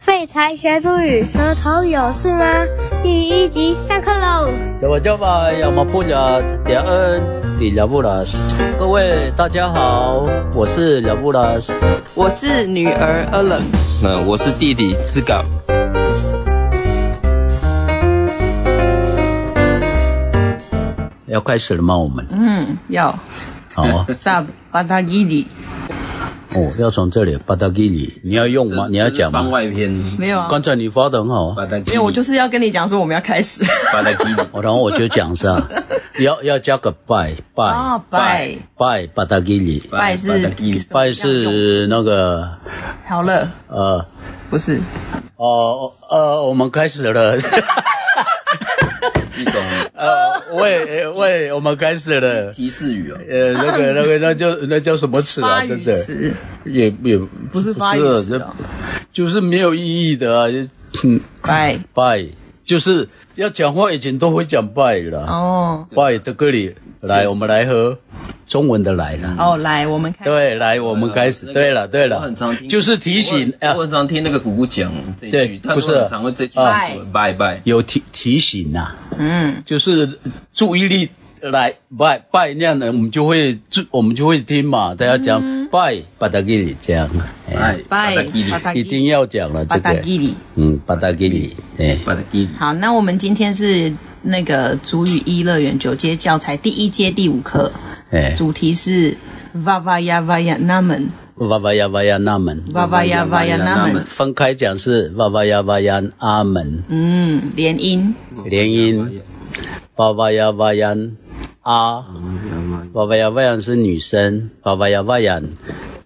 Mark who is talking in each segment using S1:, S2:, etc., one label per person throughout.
S1: 废柴学术语，舌头有事吗？第一集上课喽！
S2: Jawa-Jawa yang mempunyai dia en di Labulas。各位大家好，我是 Labulas。
S3: 我是女儿 a l a n
S4: 嗯，我是弟弟志刚。
S2: 要开始了吗？我们
S3: 嗯，要
S2: 好
S4: 嗯
S2: 啊
S3: 萨巴达基里
S2: 哦，要从这里巴达基里，你要用吗？你要讲吗
S4: 番？外篇，
S3: 没有啊？
S2: 刚才你发的很好 啊，
S4: 巴达基
S3: 没有，我就是要跟你讲说我们要开始
S4: 巴达基里，
S2: 哦然后我就讲是 吧？要要加个拜
S3: 啊
S4: 哦
S2: 拜，
S3: 拜
S2: 拜巴达基里，
S3: 拜是
S4: 巴达基里，
S2: 拜是那个
S3: 好了，
S2: 呃
S3: 不是
S2: 哦呃，我们开始了。
S4: 一种
S2: 呃，喂喂，我们开始了。
S4: 提示语哦。
S2: 呃，那个那个，那叫那叫什么词
S3: 发
S2: 啊？
S3: 语
S2: 真的
S3: 词，
S2: 也也
S3: 不是发语词
S2: 这
S3: 哦。
S2: 就是没有意义的啊。就嗯，
S3: 拜
S2: 拜，就是要讲话以前都会讲拜了。
S3: 哦
S2: 拜的歌里来，我们来和中文的来了。
S3: 哦，来我们开始。
S2: 对，来，我们开始。
S4: 啊那个
S2: 对了，对
S4: 我
S2: 了
S4: 很常，听，
S2: 就是提醒
S4: 我
S2: 啊
S4: 很，我很常听那个姑姑讲这一
S2: 对
S4: 句，她
S2: 不
S4: 都
S2: 是
S4: 很常会这句
S2: 啊
S4: 讲出来拜拜。
S2: 有提提醒呐、
S3: 嗯，
S2: 就是注意力来拜拜那样的，我们就会注我们就会听嘛。大家讲、
S3: 嗯
S2: 拜，把它给你这样，哎，
S4: 拜
S3: 拜
S4: 巴达基里，
S3: 巴达
S2: 一定要讲了
S3: 巴
S2: 这
S3: 达
S2: 个，
S3: 基里。
S2: 嗯，把它给你，对。
S4: 巴达基里，
S3: 好，那我们今天是那个主语一乐园九阶教材第一阶第五课，
S2: 哎，
S3: 主题是 Vavaya Vaya Naman
S2: 哇哇呀哇呀那门，
S3: Vavaya Vaya Naman，
S2: 分开讲是哇哇呀哇呀阿门
S3: 嗯，连音
S2: 连音，哇哇呀哇呀阿，哇哇呀哇呀是女生，哇哇呀哇呀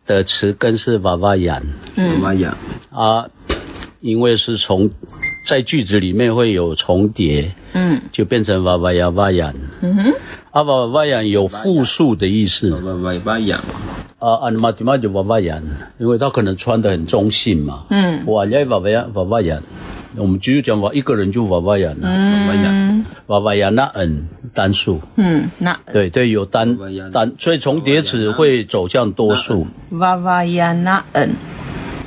S2: 的词根是哇哇呀
S4: 妈呀，
S2: 啊，因为是重在句子里面会有重叠，嗯，就变成哇哇呀哇呀，嗯哼，啊哇哇哇呀有复数的意思，
S4: 拜拜拜呀，
S2: 啊，安玛迪玛就娃娃人，因为他可能穿的很中性嘛。嗯，我也娃娃人，娃娃人，我们只有讲娃一个人就娃娃人了。娃娃人，娃娃人那嗯单数，
S3: 嗯，那
S2: 对对，有单
S4: 娃娃人
S2: 单，所以重叠词会走向多数。
S3: Vavaya Naen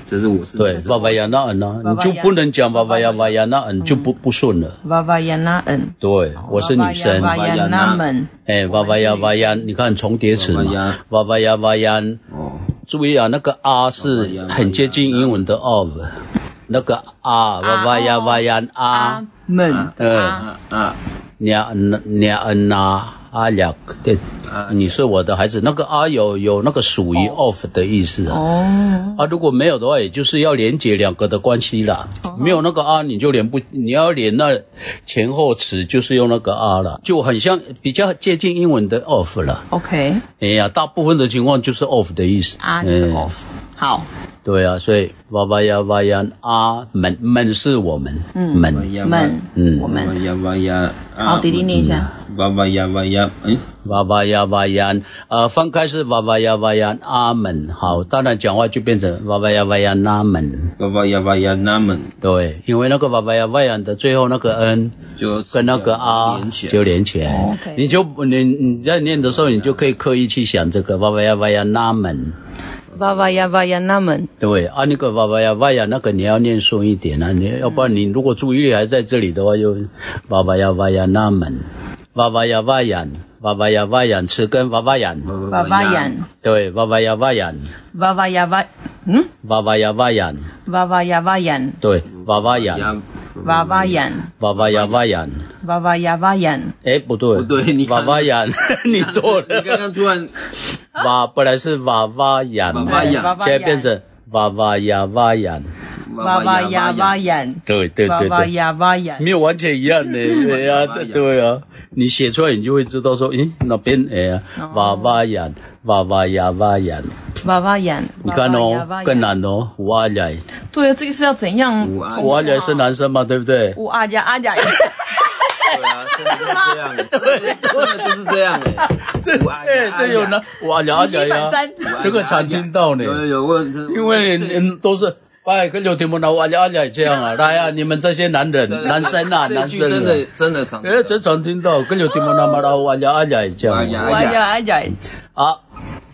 S4: 这是我是
S2: 对，娃娃人那嗯
S3: 娃
S2: 呢，你
S3: 娃
S2: 就
S3: 人
S2: 不能讲娃娃人，娃娃人那嗯就不不顺了。
S3: Vavaya Naen，
S2: 对，
S3: 哦
S2: 我是女生。
S3: Vavaya Namen
S2: 哎，哇哇呀哇呀，你看重叠词
S4: 哇哇
S2: 嘛
S4: 呀，
S2: 哇哇呀哇呀。
S4: 哦，
S2: 注意啊，那个 R
S4: 哇
S2: 是
S4: 呀
S2: 很接近英文的 of，那个 R
S3: 啊
S2: 哇哇
S3: 哦
S2: 呀哇呀 R，
S3: Amen
S2: 呃，
S4: 啊啊，
S2: 呀呀嗯呐阿呀，对，你是我的孩子，那个 R 有有那个属于 of 的意思啊。
S3: 哦，
S2: 啊，如果没有的话，也就是要连接两个的关系啦。
S3: 哦
S2: 没有那个 R，你就连不，你要连那前后词，就是用那个 R 了，就很像比较接近英文的 of 了。
S3: OK
S2: 哎呀，大部分的情况就是 of 的意思
S3: 啊，就是
S2: 嗯
S3: off，好，
S2: 对啊，所以哇哇呀哇呀啊，门门是我们，嗯，
S4: 巴
S2: 门
S4: 呀
S3: 们
S2: 嗯
S3: 我
S4: 巴
S3: 们
S4: 呀巴呀，
S3: 好，迪迪念一下
S4: 巴巴呀巴呀，哎，
S2: 哇哇呀哇呀，呃，分开是哇哇呀哇呀阿门，好，当然讲话就变成哇哇呀哇呀那门，
S4: 巴巴呀巴呀，那们
S2: 对，因为那个哇哇呀哇呀的最后那个嗯。
S4: 就
S2: 跟那个啊
S4: 连起来
S2: 就连起来，
S3: OK
S2: 你就你你在念的时候，你就可以刻意去想这个哇哇呀哇呀那门，
S3: Vavaya Vaya Namen
S2: 对啊，那个哇哇呀哇呀那个你要念顺一点啊，
S4: 嗯
S2: 你要不然你如果注意力还在这里的话，就哇哇呀哇呀那门，哇哇呀哇呀哇哇呀哇呀词根哇哇呀，
S4: 嗯
S3: Vavayan
S2: 对哇哇呀哇呀
S3: Vavaya Va 嗯
S2: 哇哇呀哇呀，
S3: Vavaya Vayan
S2: 对哇哇呀
S4: 呀，
S3: Vavayan
S2: 哇哇呀哇呀，
S3: Vavaya Vayan
S2: 哎不对
S4: 不对你
S2: 哇
S4: 看
S2: 哇 呀，你错
S4: 你刚
S2: 了，
S4: 刚突然
S2: 哇本来是哇哇呀嘛，
S4: 哇哇呀
S2: 现在变成哇哇呀哇呀，
S3: Vavaya Vayan
S2: 对对对对。
S3: Vavaya Vayan
S2: 没有完全一样 的，对呀、
S4: 娃娃呀
S2: 对啊，你写出来你就会知道说，诶，哪边哎呀，
S4: 哦
S2: 娃娃呀，娃娃呀，娃呀，
S3: Vavayan，
S2: 你看哦
S3: Vavaya，Vayan
S2: 更。难哦，哇呀，
S3: 对，啊这个是要怎样？
S4: 我啊，
S2: 哇呀是男生嘛，对不对？
S3: 乌阿加阿加，
S4: 对啊，真的就是这 样，真的就是这样哎，
S2: 这
S4: 哇呀
S2: 哎，这有呢，哇呀哇呀
S3: 反三
S2: 呀，这个常听到呢
S4: 啊有，有有，我
S2: 因为嗯都是。哎，跟刘天梦的哇呀哇呀这 样啊，来啊，你们这些男人、男生啊，哎
S4: 这
S2: 男
S4: 句
S2: 生、
S4: 真的，真的常
S2: 哎，这常听到，跟刘天梦那么的哇呀哇呀这样啊。
S4: 哇呀
S3: 乌阿加阿加，
S2: 啊，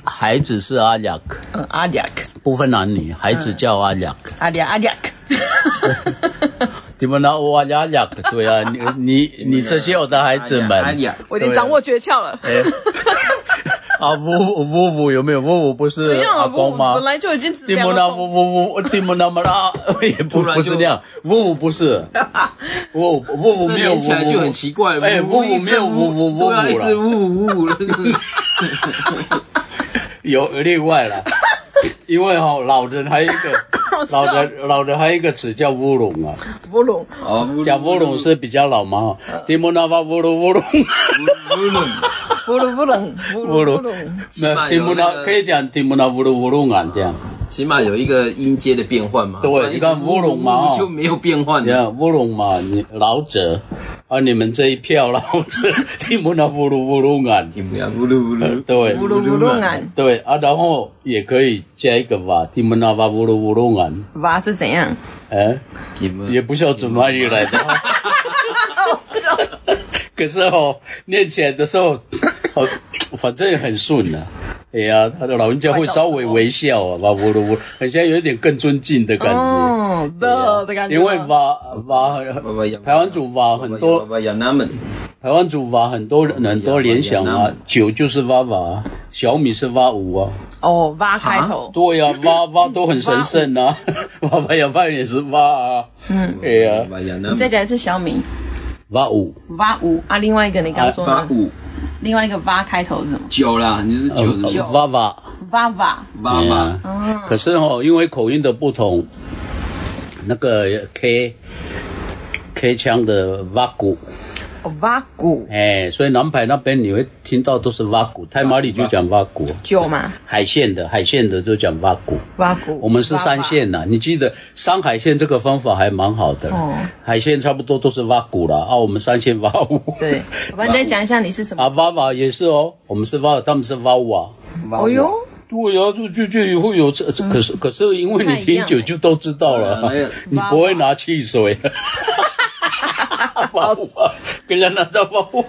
S2: 孩子是阿雅克，
S3: 嗯，阿略
S2: 部分男女，孩子叫啊阿
S4: 嗯
S2: 雅克。
S3: 阿略阿略，
S2: 你们拿阿雅雅克，对啊， 你你你这些我的孩子们，
S4: 哎呀，
S5: 我已经掌握诀窍了。
S2: 哎 啊，呜呜呜有没有？呜呜不 是
S5: 没有
S2: 阿
S5: 啊，我
S2: 公吗？
S5: 本来就已经只
S2: 蒂
S5: 两
S2: 姆
S5: 个
S2: 纳
S5: 头
S2: 呜呜呜，蒂姆纳姆 拉，啊也不
S4: 突然
S2: 不
S4: 就是
S2: 那样，呜呜不 是，呜呜呜呜
S4: 这
S2: 没有
S4: 连
S2: 呜
S4: 起来就很奇怪，
S2: 哎，呜
S4: 呜
S2: 呜没有呜呜呜呜
S4: 对啊，一直
S2: 了，
S4: 呜呜呜了。
S2: 有另外 了，因为哈老人还有一个老人老人还有一个词叫乌龙啊，
S5: 乌龙，
S4: 哦，
S2: 讲乌龙是比较老嘛，
S4: 呃
S2: 蒂姆纳巴乌龙乌 龙，
S4: 乌龙，
S5: 乌龙乌龙乌龙乌龙，
S4: 起
S2: 那
S4: 码
S2: 蒂
S4: 有
S2: 姆
S4: 那
S2: 纳
S4: 个
S2: 可以讲蒂姆纳乌龙乌龙啊这样，
S4: 起码有一个音阶的变换嘛。
S2: 对
S4: 不然
S2: 你
S4: 一直
S2: 看乌龙嘛
S4: 呜呜就没有变换
S2: 你
S4: 了。
S2: 看乌龙嘛，你老者，啊你们这一票老 者，蒂姆纳乌龙乌龙啊，
S4: 你不要乌噜乌噜，
S2: 对，
S5: 乌龙乌龙啊！
S2: 对啊，然后也可以加一个吧，蒂姆纳瓦乌鲁乌鲁安，
S3: 娃是怎样？
S2: 哎，
S4: 你们
S2: 也不晓得怎么语来的。
S5: 哦
S2: 可是哦，念起来的时候，哦，反正很顺啊。哎呀，他的老人家会稍微微笑啊，瓦乌鲁乌，好像有一点更尊敬的感觉。
S5: 哦的的感觉，
S2: 因为瓦瓦
S4: 爸爸养
S2: 台湾族瓦很多
S4: 爸，爸养他们，
S2: 台湾族瓦很多人很多联想啊，酒就是瓦瓦，小米是瓦五啊。
S3: 哦，蛙开头，
S2: 对呀、挖挖都很神圣啊，挖挖呀，挖也是挖啊，嗯，哎呀
S4: 爸，爸养他
S3: 你再
S4: 们。
S3: 讲一次小米，
S2: 挖五
S3: 蛙五啊，另外一个你刚说
S4: 八
S3: 呢？
S4: 五
S3: 另外一个蛙开头是什么？
S4: 九啦，你是九的九，
S2: 挖挖，
S3: 蛙蛙
S4: 爸
S2: 哎
S4: 爸
S3: 啊
S2: 呀可是哦，因为口音的不同，那个 K K 腔的挖骨，
S3: 哦蛙骨
S2: 哎，所以南排那边你会听到都是挖骨，太麻里就讲挖骨，
S3: 九嘛，
S2: 海线的海线的就讲挖骨。
S3: 蛙骨。
S2: 我们是三线呐、你记得山海线这个方法还蛮好的，
S3: 哦
S2: 海线差不多都是挖骨啦，啊，我们三线挖五，
S3: 对，我帮你再讲一下你是什么。
S2: 啊，挖瓦也是哦，我们是挖，他们是挖瓦。
S3: 哦哟，
S2: 对呀、就就就会有这这，可是可是因为你听久就都知道了，
S4: 不太一样哎
S2: 你不会拿汽 水，挖瓦跟人家拿到挖瓦，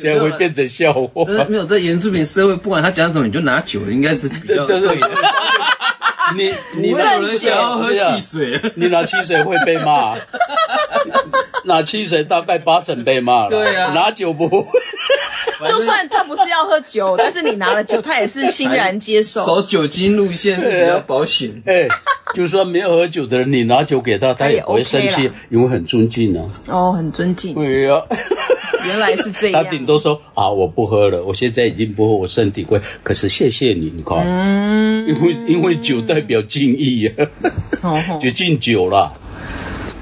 S2: 现在会变成笑 话。
S4: 呃，没有在原住民社会，不管他讲什么，你就拿酒，应该是比较
S2: 对对
S4: 对的。
S2: 你你
S4: 不
S2: 拿
S4: 会有人想要喝汽水，
S2: 你拿汽水会被 骂，拿汽水大概八成被骂了，
S4: 对啊
S2: 拿酒 不会。
S5: 就算他不是要喝酒，但是你拿了酒，他也是欣然接
S4: 走
S5: 受。
S4: 酒精路线是比较保险。
S2: 哎，就算没有喝酒的人，你拿酒给他，他也不会生
S3: 他也
S2: 气，因为很尊敬啊。
S3: 哦，很尊敬，
S2: 对呀、
S5: 原来是这
S2: 他
S5: 样，
S2: 顶多说啊，我不喝了，我现在已经不喝，我身体会。可是谢谢你，你看，因为因为酒代表敬意啊，
S3: 哦吼
S2: 就敬酒了。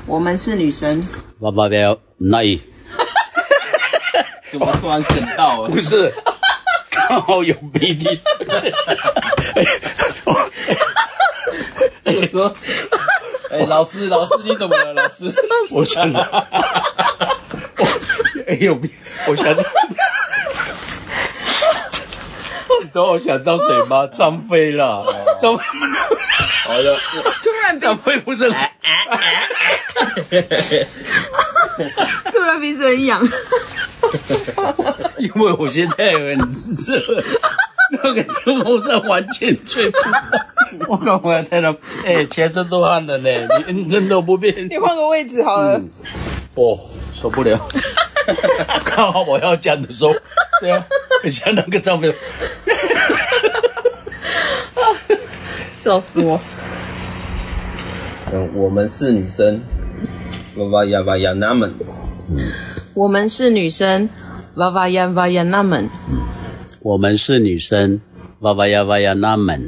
S3: 我们是女生，
S2: 爸爸不要那
S4: 怎么突然梗到啊？
S2: 不是，刚好有鼻涕。
S4: 我说，哎、老师，老师，你怎么了？老师，
S2: 我想到，我哎呦，我想到，你知道我想到谁吗？张飞啦，张飞，
S4: 好的，
S5: 突然哎
S2: 张飞不是
S5: 突然鼻子很痒，
S2: 因为我现在很热，那个秋风扇完全吹不动。我刚回来在那，哎、全身都汗 了呢，你真的不变
S5: 你换个位置好了。
S2: 哦，受不 了。刚好我要讲的时候，这样很像那个照片。
S5: 笑死我！
S4: 嗯，我们是女生，哇哇呀哇呀，他们
S5: 我们是女生，哇哇呀哇呀，那们
S2: 我们是女生，哇哇呀哇呀那们，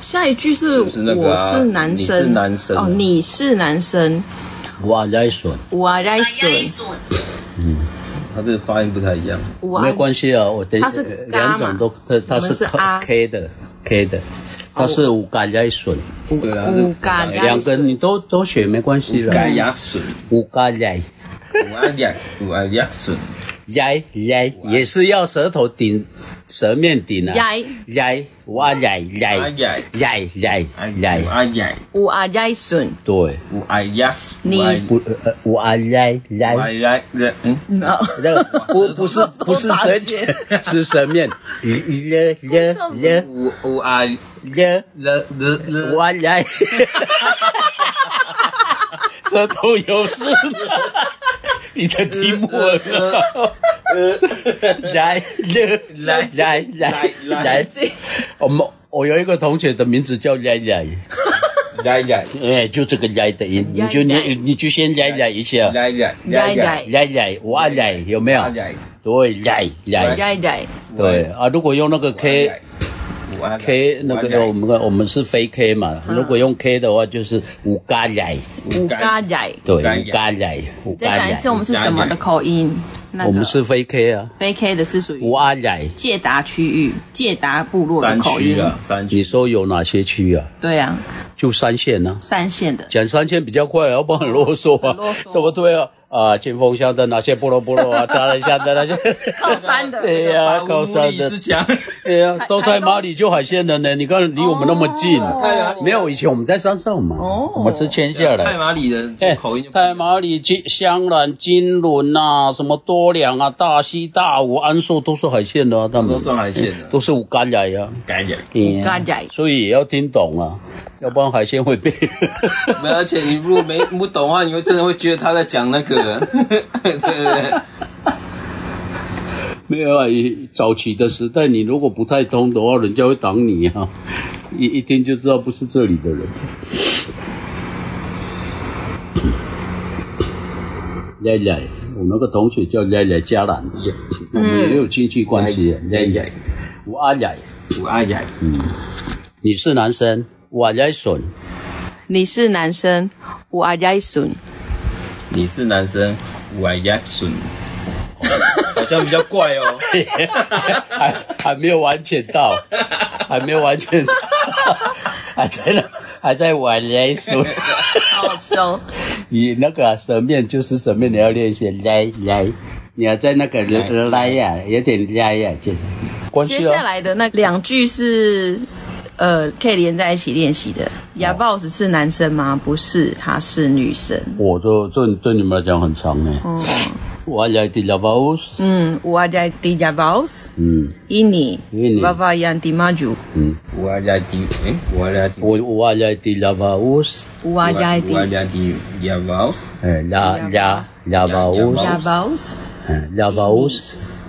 S5: 下一句是
S4: 是那个啊
S5: 我是男生，
S4: 你是男生
S5: 哦，你是男生，
S2: 哇来损，
S5: 我来水，
S4: 他这个发音不太一样。
S5: 我
S2: 没关系啊，我的
S5: 它是
S2: 呃
S5: 嘎
S2: 两
S5: 嘛
S2: 种都，它它
S5: 我们
S2: 是
S5: 是啊哦
S2: K K 的 K 的，它是五感来损，
S4: 对啊，
S5: 五嘎来
S2: 两个你都都选没关系
S4: 改
S2: 的。
S4: 牙笋，
S2: 五感来，
S4: 五阿呀，五阿呀笋，
S2: 耶耶也是要舌头顶，舌面顶啊。
S5: 耶
S2: 耶，哇耶
S4: 哇
S2: 耶
S4: 耶
S2: 耶耶
S4: 哎
S2: 耶，
S4: 哎呀，
S5: 乌阿耶顺，
S2: 对，
S4: 我哎呀，
S5: 你
S2: 不呃呃哇耶耶
S4: 我，哎呀，人嗯，
S2: 那个不不是不是舌尖， 是舌面，耶耶耶
S4: 我我哎
S2: 耶，
S4: 了了了，
S2: 哇耶， 舌头有事吗？ 你的题目很好。 来呃来来来来， 我们我有一个同学的名字叫来来，
S4: 来呀
S2: 哎，就这个来的音，你就你你就先来来一下，
S4: 来呀
S5: 耶
S4: 来呀，
S5: 耶
S2: 来来，我来有没有
S4: 哎？呀，
S2: 对，来来，
S5: 耶耶，
S2: 对啊，如果用那个 K。
S4: 我
S2: K 那个的，我们的我们是非 K 嘛，
S5: 嗯
S2: 如果用 K 的话就是五嘎来，
S5: 乌嘎耶。
S2: 对，
S4: 五嘎
S2: 五嘎来，五
S5: 再
S2: 嘎
S5: 讲一
S2: 来
S5: 次，。我们是什么的口音？那个
S2: 我们是非 K 啊，
S5: 非 K 的是属于
S2: 五阿来。
S5: 界达区域、界达部落的
S4: 山
S5: 口
S4: 区
S5: 音。
S4: 了，山
S2: 你
S4: 区，
S2: 说有哪些区啊？
S5: 对啊，
S2: 就三线呢、啊。
S5: 三线的。
S2: 讲三线比较快，要不然很啰嗦啊。
S5: 啰嗦
S2: 什么对啊？啊，金峰乡的那些菠萝菠萝 啊，达兰乡的那些，
S5: 靠山的
S2: 对呀、高山的
S4: 是，强，
S2: 对呀、都在马里就海鲜了呢。你看离我们那么近，没有以前我们在山上嘛，我们是迁下来
S4: 太。马里的
S2: 哎，
S4: 口音就不一
S2: 太
S4: 样，
S2: 马里、金香兰、金轮啊，什么多良啊、大溪、大武、安寿都是海鲜的、啊，他们
S4: 都上海县的，
S2: 都是五干来呀、啊。
S4: 改点。
S2: 对啊
S5: 干来
S2: 所以也要听懂啊，要不然海鲜会被。
S4: 没有，而且你如果没不懂的话，你会真的会觉得他在讲那个，对对对，
S2: 没有啊，以早期的时代，你如果不太通的话，人家会挡你啊， 一一听就知道不是这里 的人。奶奶，我那个同学叫奶奶嘉兰，我们也有亲戚关系。嗯奶奶，我阿奶，
S4: 我哎呀，
S2: 你是男生，我奶孙，
S5: 你是男生，我阿耶顺，
S4: 你是男生，我哎呀顺，好像比较怪哦，
S2: 还还没有完全 到，还没有完全到， 还在那还在玩奶孙。
S5: 好笑。
S2: 你那个舌面就是舌面，你要练一些来来，你要在那个来呀、有点来呀、就是关系
S5: 接
S2: 哦
S5: 下来的那两句是，呃，可以连在一起练习的。亚 b o s 是男生吗？不是，她是女生。
S2: 我就这对你们来讲很长呢。
S5: 哦
S2: 嗯，我来的老包，
S5: 嗯，我阿耶迪亚 b o s
S2: 嗯，
S5: 印尼，
S2: Ini
S5: 爸爸养迪马祖，
S4: 我哎呀的，哎，我哎呀的，
S2: 我我来的老包，
S5: 我阿耶迪
S4: 我哎呀的也 o s
S2: 哎，拉拉拉包，
S5: 亚 b o s
S2: 嗯，拉包，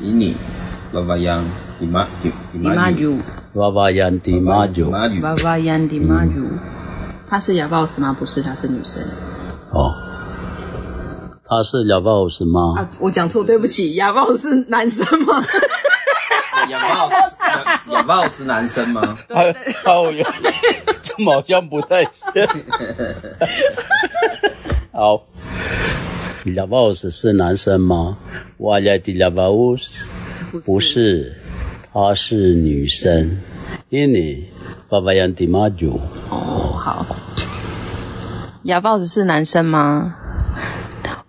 S4: ini bapa yang di ma di, di
S5: 迪马
S4: maju
S5: 祖，
S2: 娃娃养的马
S4: 就
S2: 酒
S4: maju
S5: 爸爸养迪马祖。
S2: 嗯
S5: 她是亚 b o s 吗？不是，她是女生。
S2: 哦。他是老包是吗？
S5: 啊，我讲错，对不起，亚豹是男生吗？
S4: 亚豹是亚豹是男生吗？
S2: 哎哦 哟，这么好像不太像。 好，老包斯是男生吗？我来的老包斯不是，她是女生。因为爸爸养的马酒，
S5: 好，亚豹子是男生吗？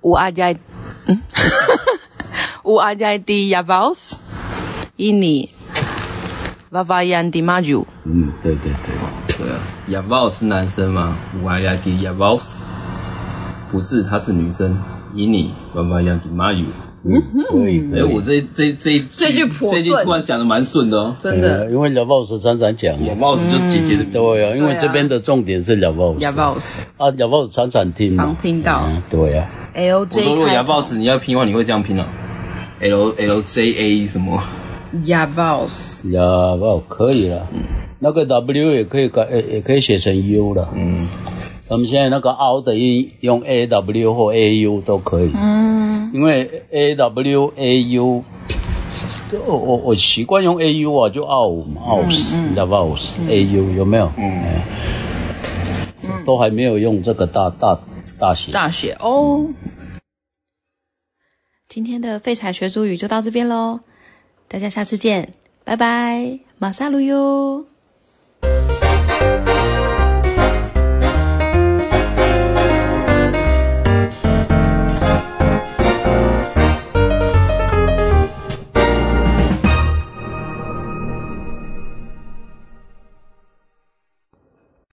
S5: 乌阿加，嗯， 乌阿加的亚豹子，印尼，娃娃样的马祖，
S2: 嗯，对对对，
S4: 对啊，亚豹是男生吗？我呀的亚豹是不是，她是女生。ini bapa yang di maju，
S2: 可以可
S4: 哎，我
S2: 以。
S4: 这这这这
S5: 这句颇
S4: 这句
S5: 顺
S4: 突然讲的蛮顺的哦。
S5: 真的
S2: 呃，因为老包斯常常讲，
S4: 亚豹是就是姐姐的名字，
S2: 嗯对啊，因为这边的重点是老包斯，
S5: 亚豹子
S2: 啊，老包斯常常听嘛，
S5: 常听到
S2: 嗯对呀、
S5: ，L
S4: 我说如
S5: J
S4: 果
S5: 开
S4: 亚豹
S5: 头，
S4: 是你要拼的话，你会这样拼哦。L L J A 什么？
S5: 亚豹子，
S2: 呀，哦，可以了。那个 W 也可以改，也也可以写成 U 了。嗯，我们现在那个 O 的音用 A W 或 A U 都可以。嗯，因为 A W A U，我我我习惯用 A U 啊，就 O 嘛，Aus，你知道吧？Aus A U 有没有？嗯，都还没有用这个大大大写。
S5: 大学哦。今天的废柴学主语就到这边喽，大家下次见，拜拜，马萨路哟。